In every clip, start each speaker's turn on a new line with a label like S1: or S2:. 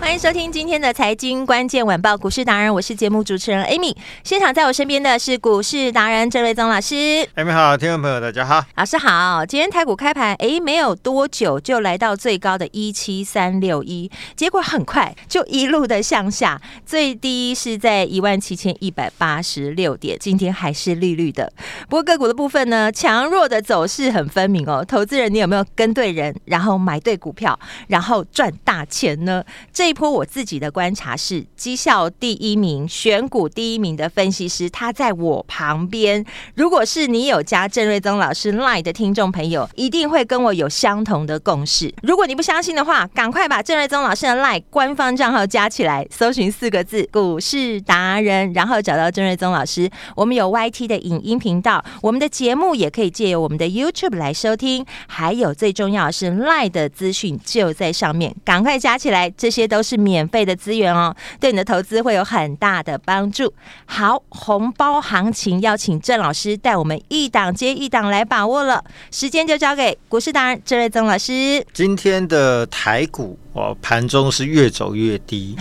S1: 欢迎收听今天的财经关键晚报股市达人，我是节目主持人 Amy。现场在我身边的是股市达人郑瑞宗老师，
S2: 哎，你好，听众朋友，大家好。
S1: 老师好。今天台股开盘，诶，没有多久就来到最高的一七三六一，结果很快就一路的向下，最低是在一万七千一百八十六点，今天还是绿绿的。不过个股的部分呢，强弱的走势很分明哦。投资人，你有没有跟对人，然后买对股票，然后赚大钱呢？这一波我自己的观察是，绩效第一名、选股第一名的分析师，他在我旁边。如果是你有加郑瑞宗老师 Line 的听众朋友，一定会跟我有相同的共识。如果你不相信的话，赶快把郑瑞宗老师的 Line 官方账号加起来，搜寻四个字“股市达人”，然后找到郑瑞宗老师。我们有 YT 的影音频道，我们的节目也可以借由我们的 YouTube 来收听，还有最重要的是 Line 的资讯就在上面，赶快加起来，这些都是免费的资源哦，对你的投资会有很大的帮助。好，红包行情要请郑老师带我们一档接一档来把握了，时间就交给股市达人郑瑞宗老师。
S2: 今天的台股哦，盘中是越走越低。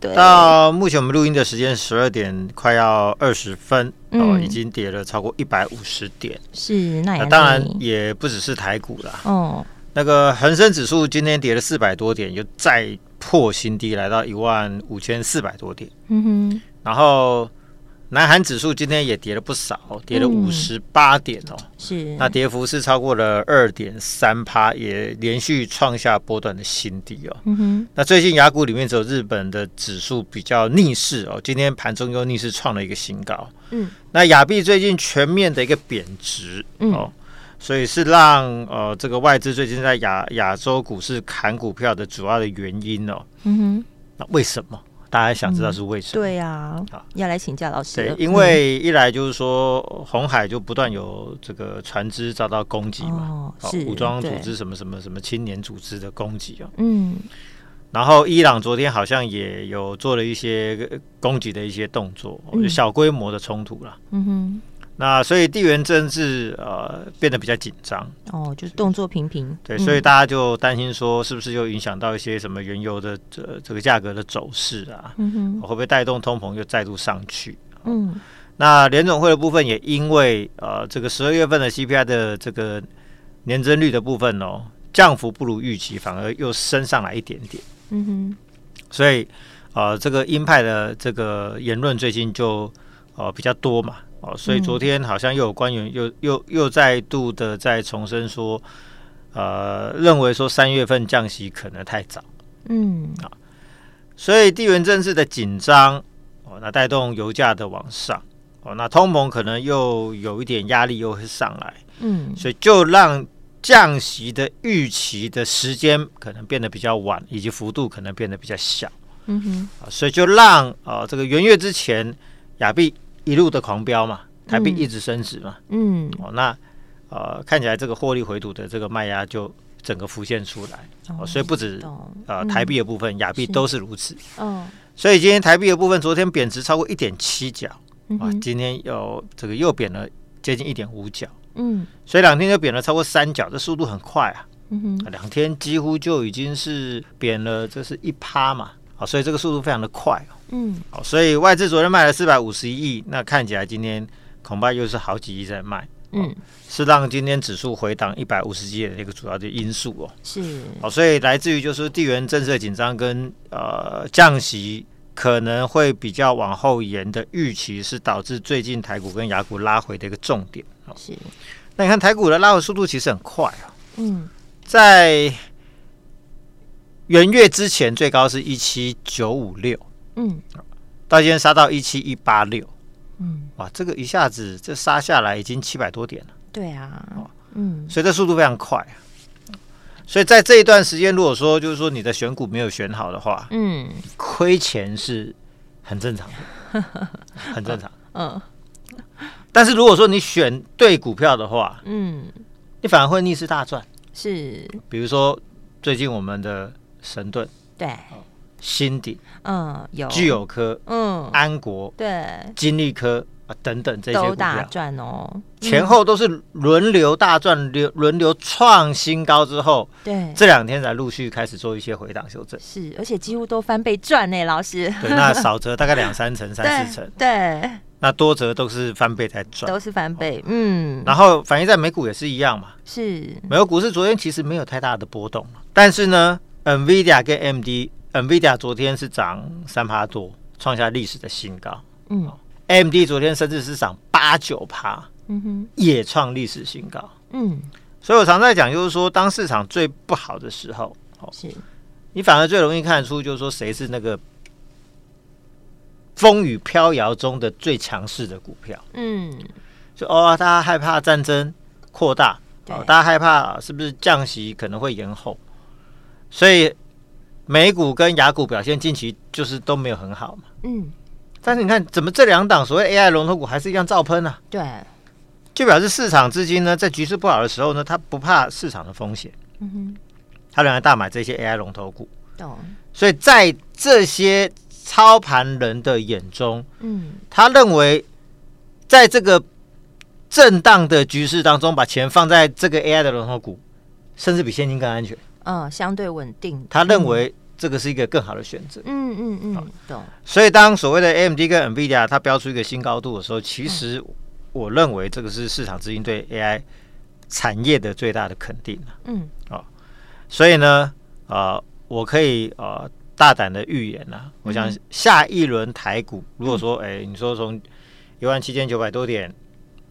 S1: 对
S2: 到目前我们录音的时间十二点快要二十分哦，
S1: 嗯哎
S2: 已经跌了超过一百五十点。
S1: 是那
S2: 那
S1: 也
S2: 当然也不只是台股啦，
S1: 哦，
S2: 那个恒生指数今天跌了四百多点，又再破新低，来到一万五千四百多点。
S1: 嗯哼，
S2: 然后南韩指数今天也跌了不少，跌了
S1: 嗯
S2: 五十八点哦。
S1: 是
S2: 那跌幅是超过了二点三趴，也连续创下波段的新低哦。
S1: 嗯哼，
S2: 那最近雅股里面只有日本的指数比较逆势哦，今天盘中又逆势创了一个新高。
S1: 嗯，
S2: 那亚币最近全面的一个贬值
S1: 嗯
S2: 哦，所以是让呃这个外资最近在亚亚洲股市砍股票的主要的原因哦。
S1: 嗯哼，
S2: 那为什么？大家想知道是为什么？
S1: 对啊
S2: 好，
S1: 要来请教老师嗯了。
S2: 因为一来就是说红海就不断有这个船只遭到攻击嘛。
S1: 哦，
S2: 哦
S1: 是
S2: 武装组，
S1: 对
S2: 织什么什么什么青年组织的攻击哦。
S1: 嗯，
S2: 然后伊朗昨天好像也有做了一些呃攻击的一些动作，哦
S1: 嗯
S2: 就小规模的冲突啦。
S1: 嗯
S2: 那所以地缘政治呃变得比较紧张，
S1: 哼，哦，就动作频频，
S2: 对，
S1: 嗯
S2: 所以大家就担心说是不是又影响到一些什么原油的这、这个价格的走势啊，
S1: 嗯哼，
S2: 会不会带动通膨又再度上去？
S1: 嗯
S2: 那联总会的部分也因为呃这个十二月份的 CPI 的这个年增率的部分哦，降幅不如预期，反而又升上来一点点，
S1: 嗯哼，
S2: 所以呃这个鹰派的这个言论最近就呃比较多嘛，哦、所以昨天好像又有官员又又又再度的在重申说，呃认为说三月份降息可能太早，
S1: 嗯
S2: 所以地缘政治的紧张哦，那带动油价的往上哦，那通膨可能又有一点压力又会上来，
S1: 嗯，
S2: 所以就让降息的预期的时间可能变得比较晚，以及幅度可能变得比较小
S1: 嗯哼，
S2: 啊，所以就让啊、呃这个元月之前亚币一路的狂飙嘛，台币
S1: 嗯
S2: 一直升值嘛，
S1: 嗯，
S2: 哦那呃看起来这个获利回吐的这个卖压就整个浮现出来，哦、所以不止
S1: 懂，
S2: 呃
S1: 嗯
S2: 台币的部分，亚币
S1: 是
S2: 都是如此。
S1: 哦，
S2: 所以今天台币的部分，昨天贬值超过一点七角
S1: 嗯
S2: 啊
S1: 哼，
S2: 今天又这个又贬了接近一点五角，
S1: 嗯
S2: 所以两天就贬了超过三角，这速度很快啊，
S1: 嗯哼，
S2: 两天几乎就已经是贬了，这是一趴嘛，啊，所以这个速度非常的快哦
S1: 嗯
S2: 好，所以外资昨天卖了四百五十亿，那看起来今天恐怕又是好几亿在卖，
S1: 嗯，
S2: 是让今天指数回档一百五十几点的一个主要的因素哦。
S1: 是，
S2: 哦，所以来自于就是地缘政策紧张跟呃降息可能会比较往后延的预期，是导致最近台股跟雅股拉回的一个重点。哦、
S1: 是，
S2: 那你看台股的拉回速度其实很快啊、
S1: 嗯
S2: 在元月之前最高是一七九五六，
S1: 嗯
S2: 到今天杀到一七一八六，
S1: 嗯，
S2: 哇，这个一下子这杀下来已经七百多点了，
S1: 对啊，嗯
S2: 所以这速度非常快。啊所以在这一段时间，如果说就是说你的选股没有选好的话，
S1: 嗯
S2: 亏钱是很正常的， 很正常。
S1: 嗯
S2: 但是如果说你选对股票的话，
S1: 嗯，
S2: 你反而会逆势大赚。
S1: 是，
S2: 比如说最近我们的神盾、
S1: 对，
S2: 新鼎、
S1: 嗯，有
S2: 具，有科、
S1: 嗯，
S2: 安国、
S1: 对，
S2: 金利科啊等等这些
S1: 都
S2: 股
S1: 大
S2: 票，
S1: 赚哦，
S2: 前后都是轮流大赚，流轮流创新高之后，
S1: 嗯对，
S2: 这两天才陆续开始做一些回档修正。
S1: 是，而且几乎都翻倍赚呢，老师，
S2: 对，那少则大概两三成、三四成，
S1: 对，
S2: 那多则都是翻倍在赚
S1: 都。是翻倍，嗯，
S2: 然后反映在美股也是一样嘛，
S1: 是，
S2: 美国股市昨天其实没有太大的波动，但是呢，NVIDIA 跟 AMD，NVIDIA 昨天是涨三趴多，创下历史的新高
S1: 嗯
S2: ；AMD 昨天甚至是涨八九趴，
S1: 嗯哼，
S2: 也创历史新高。
S1: 嗯，
S2: 所以我常在讲，就是说，当市场最不好的时候，哦，
S1: 是，
S2: 你反而最容易看得出，就是说谁是那个风雨飘摇中的最强势的股票。
S1: 嗯，
S2: 就哦，大家害怕战争扩大，
S1: 对
S2: 哦，大家害怕是不是降息可能会延后，所以美股跟雅股表现近期就是都没有很好嘛。
S1: 嗯，
S2: 但是你看，怎么这两档所谓 AI 龙头股还是一样照喷啊？
S1: 对，
S2: 就表示市场资金呢，在局势不好的时候呢，它不怕市场的风险，
S1: 嗯哼，
S2: 它仍然大买这些 AI 龙头股。
S1: 懂，
S2: 所以在这些操盘人的眼中，
S1: 嗯，
S2: 他认为在这个震荡的局势当中，把钱放在这个 AI 的龙头股，甚至比现金更安全。
S1: 嗯，相对稳定，
S2: 他认为这个是一个更好的选择。
S1: 嗯，嗯嗯嗯，懂，
S2: 所以，当所谓的 AMD 跟 NVIDIA 它标出一个新高度的时候，其实我认为这个是市场资金对 AI 产业的最大的肯定。
S1: 嗯，
S2: 所以呢，呃，我可以呃大胆的预言啊，我想下一轮台股，如果说，哎、你说从一万七千九百多点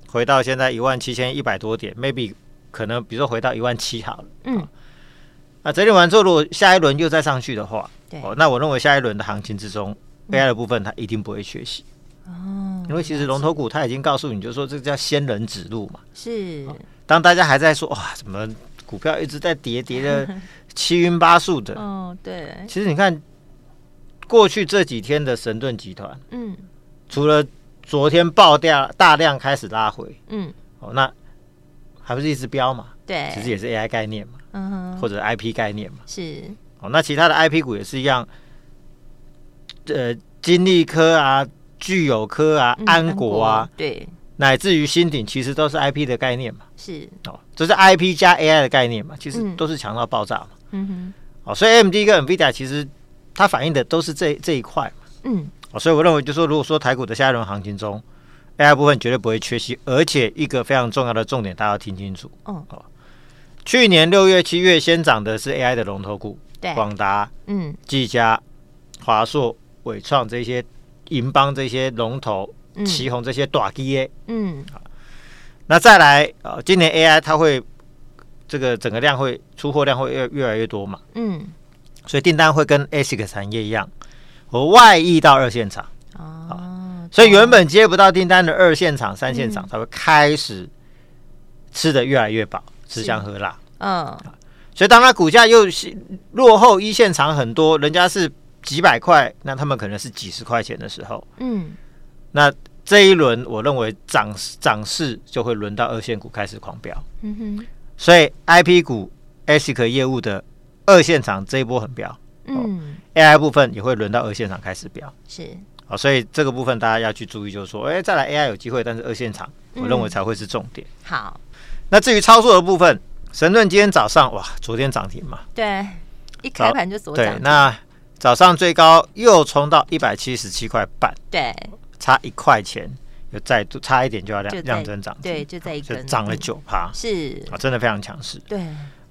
S2: 回到现在一万七千一百多点，maybe 可能比如说回到一万七好了，
S1: 嗯，
S2: 那整理完之后，如果下一轮又再上去的话，
S1: 对，
S2: 哦，那我认为下一轮的行情之中。AI 的部分它一定不会缺席，
S1: 哦，
S2: 因为其实龙头股它已经告诉你，就是说这叫仙人指路嘛。
S1: 是，
S2: 当大家还在说哇，怎么股票一直在跌，跌的七晕八素的，
S1: 哦，对，
S2: 其实你看，过去这几天的神盾集团，
S1: 嗯
S2: 除了昨天爆掉大量开始拉回，
S1: 嗯，
S2: 哦，那还不是一直飙嘛？
S1: 对，
S2: 其实也是 AI 概念嘛，
S1: 哎嗯哼，
S2: 或者 IP 概念嘛。
S1: 是，
S2: 哦，那其他的 IP 股也是一样，呃，金利科啊、聚友科啊、
S1: 嗯
S2: 安国啊，，
S1: 对，
S2: 乃至于新鼎，其实都是 IP 的概念嘛。
S1: 是，
S2: 哦，这是 IP 加 AI 的概念嘛，其
S1: 嗯
S2: 实都是强到爆炸嘛。
S1: 嗯
S2: 哦，所以 AMD 跟 NVIDIA 其实它反映的都是这这一块。
S1: 哼，嗯，
S2: 哦，所以我认为，就说如果说台股的下一轮行情中，AI 部分绝对不会缺席，而且一个非常重要的重点，大家要听清楚。
S1: 嗯
S2: 哦，去年六月、七月先涨的是 AI 的龙头股，
S1: 对，
S2: 广达、
S1: 嗯
S2: 技嘉、华硕、伟创这些银邦这些龙头，
S1: 嗯
S2: 旗宏这些大基业。
S1: 嗯，
S2: 啊那再来，呃，今年 AI 它会这个整个量会出货量会越越来越多嘛，
S1: 嗯，
S2: 所以订单会跟 ASIC 产业一样，我外溢到二线厂。
S1: 哦，
S2: 所以
S1: 懂
S2: 原本接不到订单的二线厂、三线厂
S1: 嗯，
S2: 才会开始吃的越来越饱，吃
S1: 是
S2: 香喝辣。
S1: 嗯，
S2: 所以当它股价又是落后一线厂很多，人家是几百块，那他们可能是几十块钱的时候，
S1: 嗯，
S2: 那这一轮我认为涨涨势就会轮到二线股开始狂飙。
S1: 嗯哼，
S2: 所以 IP 股、ASIC 业务的二线厂这一波很飙
S1: 嗯，
S2: ，AI 部分也会轮到二线厂开始飙。
S1: 是，
S2: 好，所以这个部分大家要去注意，就是说，哎、再来 AI 有机会，但是二线厂，我认为
S1: 嗯
S2: 才会是重点。
S1: 好，
S2: 那至于操作的部分，神盾今天早上哇，昨天涨停嘛，
S1: 对，一开
S2: 早
S1: 盘就锁
S2: 对
S1: 涨，，
S2: 那早上最高又冲到一百七十七块半，
S1: 对，
S2: 差一块钱，又再度差一点就要
S1: 就
S2: 量
S1: 在
S2: 量增涨停，
S1: 对，就在一
S2: 就
S1: 根
S2: 涨了
S1: 嗯
S2: 九趴
S1: 是，
S2: 啊，真的非常强势。
S1: 对，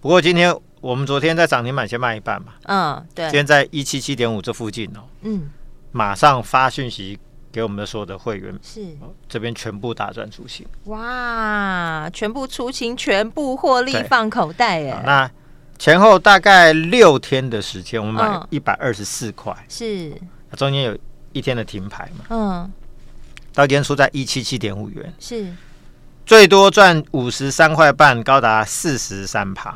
S2: 不过今天我们昨天在涨停板先卖一半嘛，
S1: 嗯，
S2: 今
S1: 对，
S2: 天在一七七点五这附近哦，
S1: 嗯，
S2: 马上发讯息给我们的所有的会员，
S1: 是，
S2: 这边全部打转出行。
S1: 哇，全部出清，全部获利
S2: 对
S1: 放口袋
S2: 好
S1: 耶，
S2: 啊那前后大概六天的时间，我们买
S1: 嗯
S2: 一百二十四块，
S1: 是，
S2: 那中间有一天的停牌嘛，
S1: 嗯，
S2: 到今天出在一七七点五元，
S1: 是
S2: 最多赚五十三块半，高达四十三趴。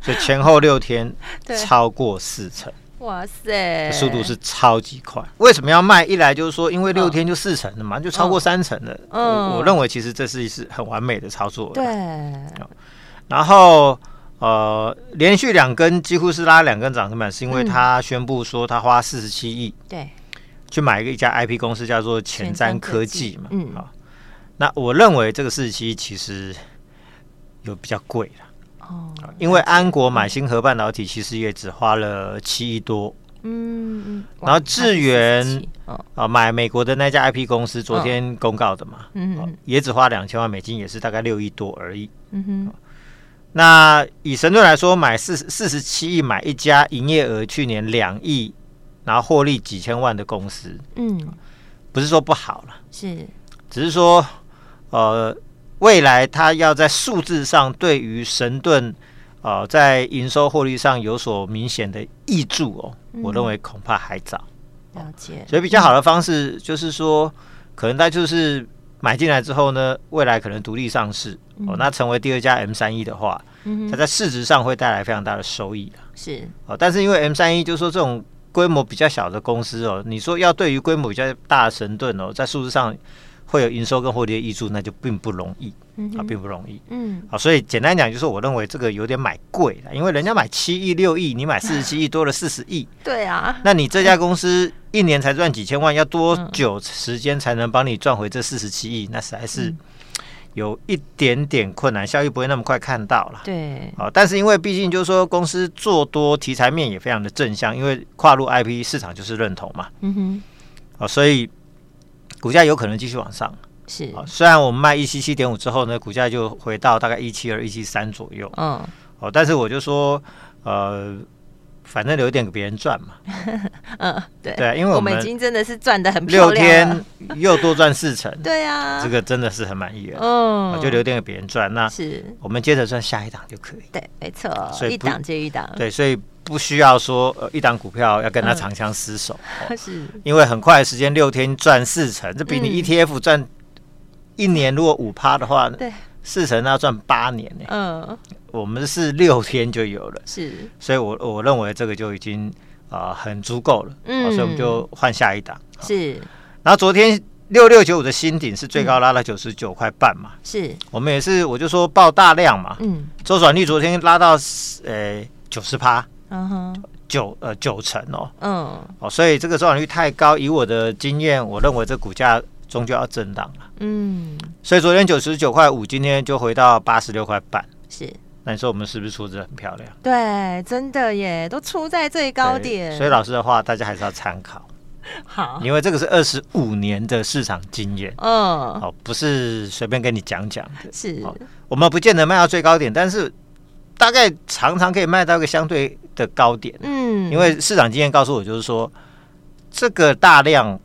S2: 所以前后六天
S1: 对
S2: 超过四成，
S1: 哇塞，
S2: 速度是超级快。为什么要卖？一来就是说，因为六天就四成了嘛，就超过三成了。
S1: 嗯
S2: 我我认为其实这是一是很完美的操作。
S1: 对，，
S2: 然后呃，连续两根几乎是拉两根涨停板，是因为
S1: 嗯
S2: 他宣布说他花四十七亿
S1: 对，
S2: 去买一个一家 IP 公司，叫做前瞻科技嘛。
S1: 前瞻科技嗯
S2: 啊，那我认为这个四十七其实有比较贵了，
S1: 哦，
S2: 因为安国买星河半导体其实也只花了七亿多。
S1: 嗯嗯，
S2: 然后智源
S1: 元，哦，
S2: 啊，买美国的那家 IP 公司昨天公告的嘛，
S1: 嗯
S2: 啊
S1: 嗯
S2: 也只花两千万美金，也是大概六亿多而已。
S1: 嗯哼，
S2: 那以神盾来说，买四四十七亿买一家营业额去年两亿，然后获利几千万的公司，
S1: 嗯，
S2: 不是说不好了，
S1: 是，
S2: 只是说呃，未来它要在数字上对于神盾呃在营收获利上有所明显的益助哦，我认为恐怕还早。
S1: 了解，
S2: 所以比较好的方式就是说，可能它就是买进来之后呢，未来可能独立上市、哦，那成为第二家 M 三一的话，
S1: 嗯
S2: 它
S1: 哼，
S2: 在市值上会带来非常大的收益的
S1: 是，
S2: 哦。但是因为 M 三一就是说这种规模比较小的公司哦，你说要对于规模比较大的神盾哦，在数字上会有营收跟获利的益处，那就并不容易
S1: 嗯
S2: 啊，并
S1: 哼，
S2: 不容易。
S1: 嗯，
S2: 好，所以简单讲就是，我认为这个有点买贵了，因为人家买七亿六亿，你买四十七亿，多了四十亿，
S1: 对啊，
S2: 那你这家公司一年才赚几千万，要多
S1: 嗯
S2: 久时间才能帮你赚回这四十七亿？那实在是有一点点困难，效益不会那么快看到了。
S1: 对，
S2: 好，但是因为毕竟就是说公司做多题材面也非常的正向，因为跨入 IP 市场就是认同嘛，
S1: 嗯哼，
S2: 哦，所以股价有可能继续往上。
S1: 是，
S2: 哦，虽然我们卖一七七点五之后呢，股价就回到大概一七二、一七三左右。
S1: 嗯，
S2: 哦，但是我就说，呃，反正留一点给别人赚嘛。
S1: 嗯，对
S2: 对啊因为我
S1: 我们
S2: 们
S1: 已经真的是赚的很漂
S2: 六
S1: 亮了
S2: 天 又多赚四成，
S1: 对啊，
S2: 这个真的是很满意了，
S1: 嗯
S2: 我就留点给别人赚。那
S1: 是
S2: 我们接着赚下一档就可以。
S1: 对，没错，
S2: 所以
S1: 一
S2: 不
S1: 档接一档，
S2: 对，所以不需要说呃一档股票要跟它
S1: 嗯
S2: 长相厮守， 哦
S1: 是，
S2: 因为很快的时间六天赚四成，这比
S1: 嗯
S2: 你 ETF 赚一年如果五趴的话，
S1: 对，
S2: 四成那要赚八年呢。
S1: 嗯，
S2: 我们是六天就有了，
S1: 是，
S2: 所以我我认为这个就已经啊很足够了，
S1: 嗯
S2: 哦所以我们就换下一档。
S1: 是，
S2: 然后昨天六六九五的新顶是
S1: 嗯
S2: 最高拉到九十九块半嘛，
S1: 是，
S2: 我们也是，我就说爆大量嘛，
S1: 嗯，
S2: 周转率昨天拉到呃九十趴
S1: 嗯哼，
S2: 九呃九成哦
S1: 嗯，
S2: 哦，所以这个周转率太高，以我的经验，我认为这股价终究要震荡了。
S1: 嗯，
S2: 所以昨天九十九块五，今天就回到八十六块半。
S1: 是。
S2: 那你说我们是不是出资很漂亮？
S1: 对，真的耶，都出在最高点。
S2: 对哎所以老师的话，大家还是要参考，
S1: 好，
S2: 因为这个是二十五年的市场经验
S1: 嗯，
S2: 哦，不是随便跟你讲讲的。
S1: 是，
S2: 好我们不见得卖到最高点，但是大概常常可以卖到一个相对的高点。
S1: 嗯，
S2: 因为市场经验告诉我，就是说这个大量，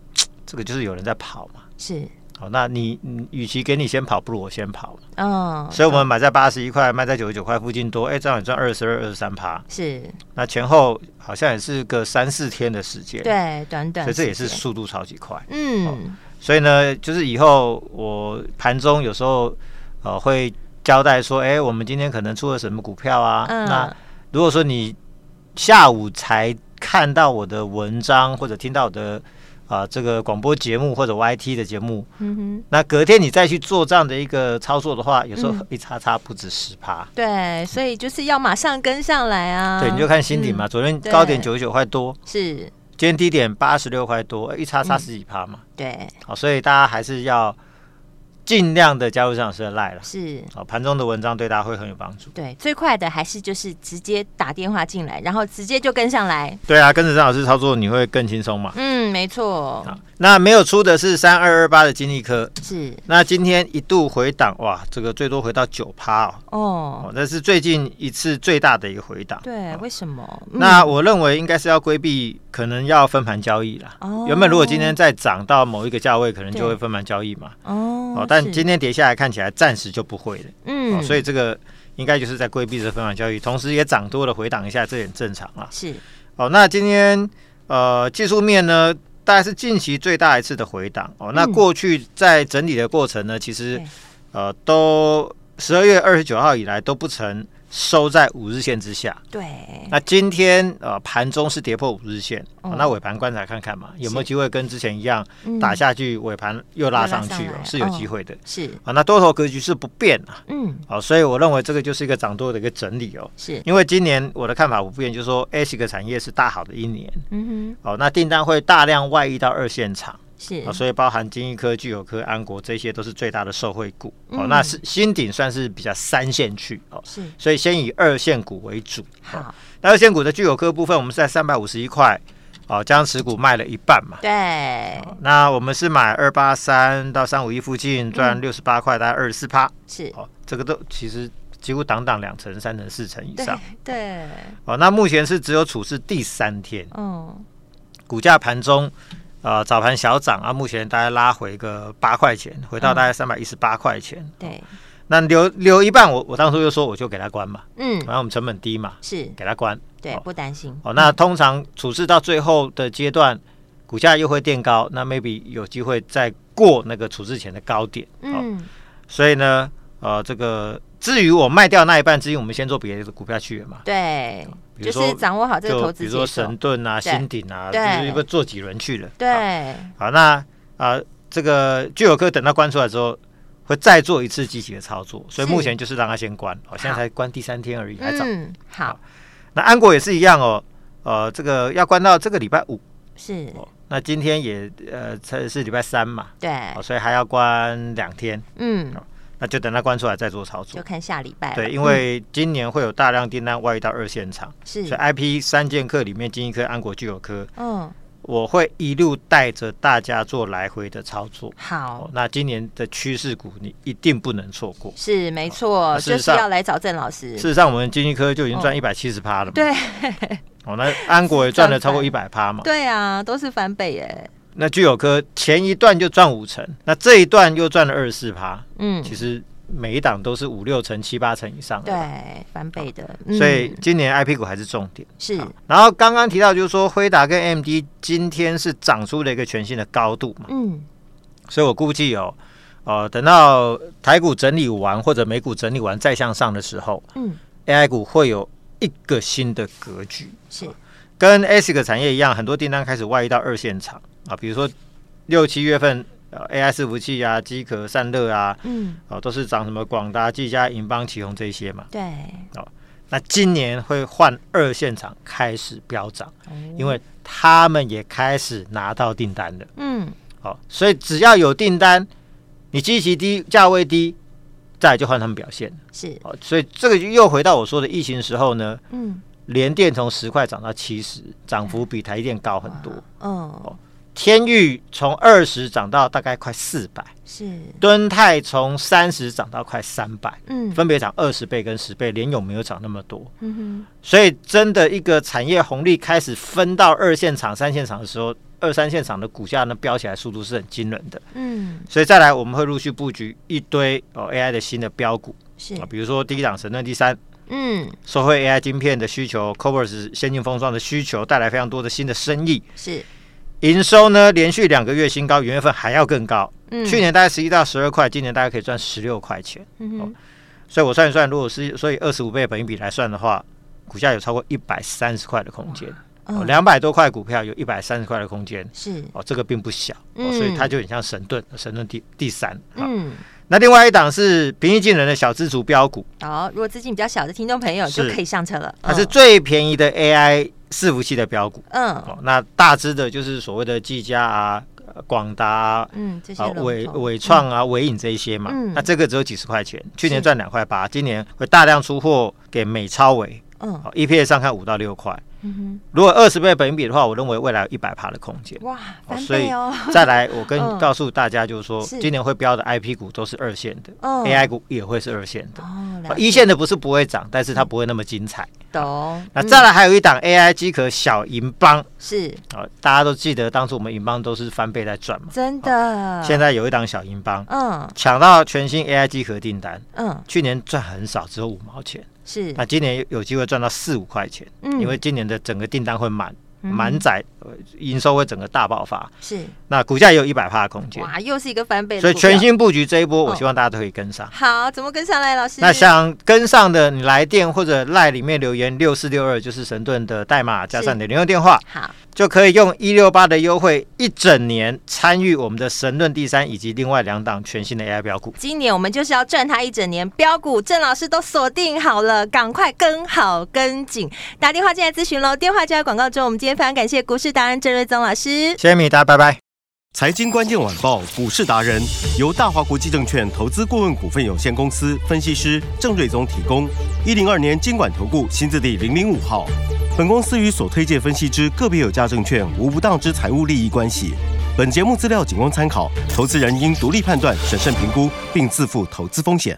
S2: 这个就是有人在跑嘛。
S1: 是，
S2: 好，那你你与其给你先跑，不如我先跑。
S1: 嗯，
S2: 所以我们买在八十一块，卖在九十九块附近多，哎、这样也赚二十二、二十三趴。
S1: 是
S2: 那前后好像也是个三四天的时间，，
S1: 对短短
S2: 所
S1: 时间，
S2: 以这也是速度超级快。
S1: 嗯，
S2: 所以呢，就是以后我盘中有时候呃会交代说，哎、我们今天可能出了什么股票啊？
S1: 嗯
S2: 那如果说你下午才看到我的文章或者听到我的啊、这个广播节目或者 YT 的节目，
S1: 嗯哼，
S2: 那隔天你再去做这样的一个操作的话，有时候
S1: 嗯
S2: 一叉叉不止十趴。
S1: 对，所以就是要马上跟上来啊。
S2: 对，你就看新顶嘛，
S1: 嗯
S2: 昨天
S1: 对
S2: 高点九十九块多，
S1: 是，
S2: 今天低点八十六块多，一叉叉十几趴嘛。
S1: 对，
S2: 好、所以大家还是要尽量的加入市场师的赖了。
S1: 是。
S2: 好，盘中的文章对大家会很有帮助。
S1: 对，最快的还是就是直接打电话进来，然后直接就跟上来。
S2: 对啊，跟着张老师操作你会更轻松嘛。
S1: 嗯，没错，
S2: 好，那没有出的是三二二八的金利科，
S1: 是
S2: 那今天一度回档，哇，这个最多回到九趴哦，
S1: 哦，
S2: 哦，那是最近一次最大的一个回档。
S1: 对，
S2: 哦
S1: 为什么？
S2: 那
S1: 嗯
S2: 我认为应该是要规避，可能要分盘交易啦。
S1: 哦
S2: 原本如果今天再涨到某一个价位，可能
S1: 对
S2: 就会分盘交易嘛。
S1: 哦
S2: 哦，，但
S1: 是
S2: 今天跌下来，看起来暂时就不会了。
S1: 嗯
S2: 哦，，所以这个应该就是在规避这分盘交易，同时也涨啊多了回档一下，这也很正常啦。
S1: 是
S2: 哦，那今天呃技术面呢，大概是近期最大一次的回档哦。那过去在整理的过程呢，其实
S1: 嗯对
S2: 呃都十二月二十九号以来都不曾收在五日线之下。
S1: 对，
S2: 那今天呃盘中是跌破五日线，
S1: 哦
S2: 哦那尾盘观察看看嘛，有没有机会跟之前一样
S1: 嗯
S2: 打下去，尾盘又拉上去
S1: 又拉上来
S2: 哦，是有
S1: 哦
S2: 机会的。
S1: 是，
S2: 啊，那多头格局是不变啊，
S1: 嗯，
S2: 好，所以我认为这个就是一个涨多的一个整理哦。
S1: 是，
S2: 因为今年我的看法不变，就是说 A 个产业是大好的一年
S1: 嗯
S2: 哦，那订单会大量外溢到二线厂
S1: 哼，是
S2: 啊，，所以包含金益科、聚友科、安国这些都是最大的受惠股哦。
S1: 嗯
S2: 那是新鼎算是比较三线去哦，
S1: 是，
S2: 所以先以二线股为主。哦
S1: 好，
S2: 那二线股的具有科部分，我们是在三百五十一块，哦，将持股卖了一半嘛。
S1: 对，
S2: 那我们是买二八三到三五一附近，
S1: 嗯
S2: 赚六十八块，大概二十四趴。
S1: 是，
S2: 哦，这个都其实几乎挡挡两成、三成、四成以
S1: 对
S2: 上。
S1: 对，
S2: 哦，那目前是只有处置第三天，
S1: 嗯，
S2: 股价盘中。呃，早盘小涨啊，目前大概拉回个八块钱，回
S1: 嗯
S2: 到大概三百一十八块钱。
S1: 对，
S2: 那留留一半我，我当初就说我就给它关嘛，
S1: 嗯，
S2: 反正我们成本低嘛，
S1: 是，
S2: 给它关。
S1: 对，
S2: 哦
S1: 不担心，
S2: 哦，那通常处置到最后的阶段，股价又会垫高，那 maybe 有机会再过那个处置前的高点。哦，
S1: 嗯，
S2: 所以呢，呃，这个至于我卖掉那一半之一，我们先做别的股票去源嘛，
S1: 对，
S2: 比
S1: 就
S2: 如说
S1: 是掌握好这个投
S2: 就比
S1: 资
S2: 如
S1: 节
S2: 说
S1: 奏
S2: 神，盾啊、
S1: 对
S2: 新鼎啊，就
S1: 对
S2: 是会做几轮去了。啊
S1: 对，嗯
S2: 好，那啊、这个聚友科等它关出来之后。会再做一次积极的操作，所以
S1: 是
S2: 目前就是让它先关，好、哦，现在才关第三天而已，还早。
S1: 嗯，好，
S2: 那安国也是一样哦，呃，这个要关到这个礼拜五
S1: 是，
S2: 哦，那今天也呃，才是礼拜三嘛，
S1: 对
S2: 哦，，所以还要关两天，
S1: 嗯，
S2: 那就等它关出来再做操
S1: 就
S2: 作。
S1: 看下礼拜了，
S2: 对，因
S1: 嗯
S2: 为今年会有大量订单外移到二线厂，
S1: 是
S2: 所以啊 IP 三剑客里面，金一科、安国、具有科，
S1: 嗯，
S2: 我会一路带着大家做来回的操作。
S1: 好
S2: 哦，，那今年的趋势股你一定不能错过。
S1: 是没错，
S2: 哦那事
S1: 就
S2: 实
S1: 是
S2: 上
S1: 要来找郑老师
S2: 事，实上，我们金一科就已经赚
S1: 哦
S2: 一百七十趴了嘛。
S1: 对，
S2: 哦，那安国也赚了超过一
S1: 赚
S2: 百趴嘛。
S1: 对啊，都是翻倍耶，
S2: 那具有科前一段就赚五成，那这一段又赚了二十四趴。
S1: 嗯，
S2: 其实每一档都是五六成、七八成以上的，
S1: 对，翻倍的，
S2: 所以
S1: 嗯
S2: 今年 IP 股还是重点。
S1: 是
S2: 好然后刚刚提到就是说，辉达跟 MD 今天是涨出了一个全新的高度嘛，
S1: 嗯，
S2: 所以我估计哦，呃，等到台股整理完或者美股整理完再向上的时候，
S1: 嗯
S2: ，AI 股会有一个新的格局，
S1: 是，
S2: 跟 ASIC 产业一样，很多订单开始外移到二线厂啊，比如说六七月份。呃，AI 伺服器啊，机壳、散热啊，
S1: 嗯，
S2: 哦，都是涨什么广达、技嘉、银邦、奇宏这一些嘛。
S1: 对，
S2: 那今年会换二线厂开始飙涨，因
S1: 为
S2: 为他们也开始拿到订单了。
S1: 嗯
S2: 好、所以只要有订单，你基期低、价位低，再来就换他们表现。
S1: 是，
S2: 好、所以这个就又回到我说的疫情时候呢，
S1: 嗯
S2: 联电从十块涨到七十，涨幅比台积电高很多。
S1: 嗯
S2: 天域从二十涨到大概快四百，
S1: 是，
S2: 敦泰从三十涨到快三百，
S1: 嗯
S2: 分别涨二十倍跟十倍，联咏没有涨那么多。
S1: 嗯
S2: 所以真的一个产业红利开始分到二线厂、三线厂的时候，二三线厂的股价呢飙起来速度是很惊人的。
S1: 哼嗯
S2: 所以再来，我们会陆续布局一堆哦 AI 的新的标股
S1: 是
S2: 啊，，比如说第一档神盾第三，
S1: 嗯
S2: 受惠 AI 晶片的需求 c o v e r s 先进封装的需求，带来非常多的新的生意。
S1: 是，
S2: 营收呢连续两个月新高，元月份还要更高。
S1: 嗯
S2: 去年大概十一到十二块，今年大概可以赚十六块钱。
S1: 嗯哼
S2: 所以我算一算，如果是所以二十五倍本一比来算的话，股价有超过一百三十块的空间。哦，
S1: 嗯
S2: 两百多块股票有一百三十块的空间，
S1: 是，
S2: 哦，这个并不小，
S1: 嗯
S2: 哦、所以它就很像神盾，神盾第第三。啊
S1: 嗯。
S2: 那另外一档是平易近人的小资族标股，
S1: 好，如果资金比较小的听众朋友就是可以上车了。
S2: 它是
S1: 嗯
S2: 最便宜的 AI 伺服器的标股。
S1: 嗯
S2: 哦，那大支的就是所谓的技嘉啊、呃广达啊、
S1: 嗯，这些
S2: 啊
S1: 龙头
S2: 伟伟创啊、伟影这一些嘛。
S1: 嗯
S2: 那这个只有几十块钱，去年
S1: 是
S2: 赚两块八，今年会大量出货给美超伟，
S1: 嗯
S2: 哦，EPS 上看五到六块。
S1: 嗯
S2: 如果二十倍本益比的话，我认为未来有一百趴的空间
S1: 哼，。哇，
S2: 哦
S1: 翻
S2: 所以
S1: 倍哦，
S2: 再来，我跟
S1: 嗯
S2: 告诉大家，就是说，
S1: 是
S2: 今年会标的 IP 股都是二线的、
S1: 嗯
S2: a i 股也会是二线的。
S1: 哦，
S2: 哦
S1: 了
S2: 一线的不是不会涨，但是它不会那么精彩。
S1: 懂。
S2: 那
S1: 嗯
S2: 再来还有一档 AI 机壳小银邦
S1: 是
S2: 啊、哦大家都记得当初我们银邦都是翻倍在赚嘛。
S1: 真的，
S2: 现在有一档小银邦
S1: 嗯
S2: 抢到全新 AI 机壳订单，
S1: 嗯
S2: 去年赚很少，只有五毛钱，
S1: 是
S2: 那今年有机会赚到四五块钱，
S1: 嗯
S2: 因为今年的整个订单会满。满载，呃营收会整个大爆发。
S1: 是
S2: 那股价也有一百趴的空间，
S1: 哇，又是一个翻倍的
S2: 所
S1: 股
S2: 以
S1: 票，
S2: 全新布局这一波，我
S1: 哦
S2: 希望大家都可以跟上。
S1: 好，怎么跟上来，老师？
S2: 那想跟上的，你来电或者赖里面留言六四六二，就是神盾的代码加上你的联络电话，
S1: 好，
S2: 就可以用一六八的优惠一整年参与我们的神盾第三以及另外两档全新的 AI 标股。
S1: 今年我们就是要赚它一整年，标股郑老师都锁定好了，赶快跟好跟紧，打电话进来咨询喽，电话就在广告中。我们今天非常感谢股市达人郑瑞宗老师。
S2: 谢谢米达，拜拜。
S3: 财经关键晚报股市达人由大华国际证券投资顾问股份有限公司分析师郑瑞宗提供。一零二年经管投顾新字第零零五号。本公司与所推介分析之个别有价证券无不当之财务利益关系。本节目资料仅供参考，投资人应独立判断、审慎评估，并自负投资风险。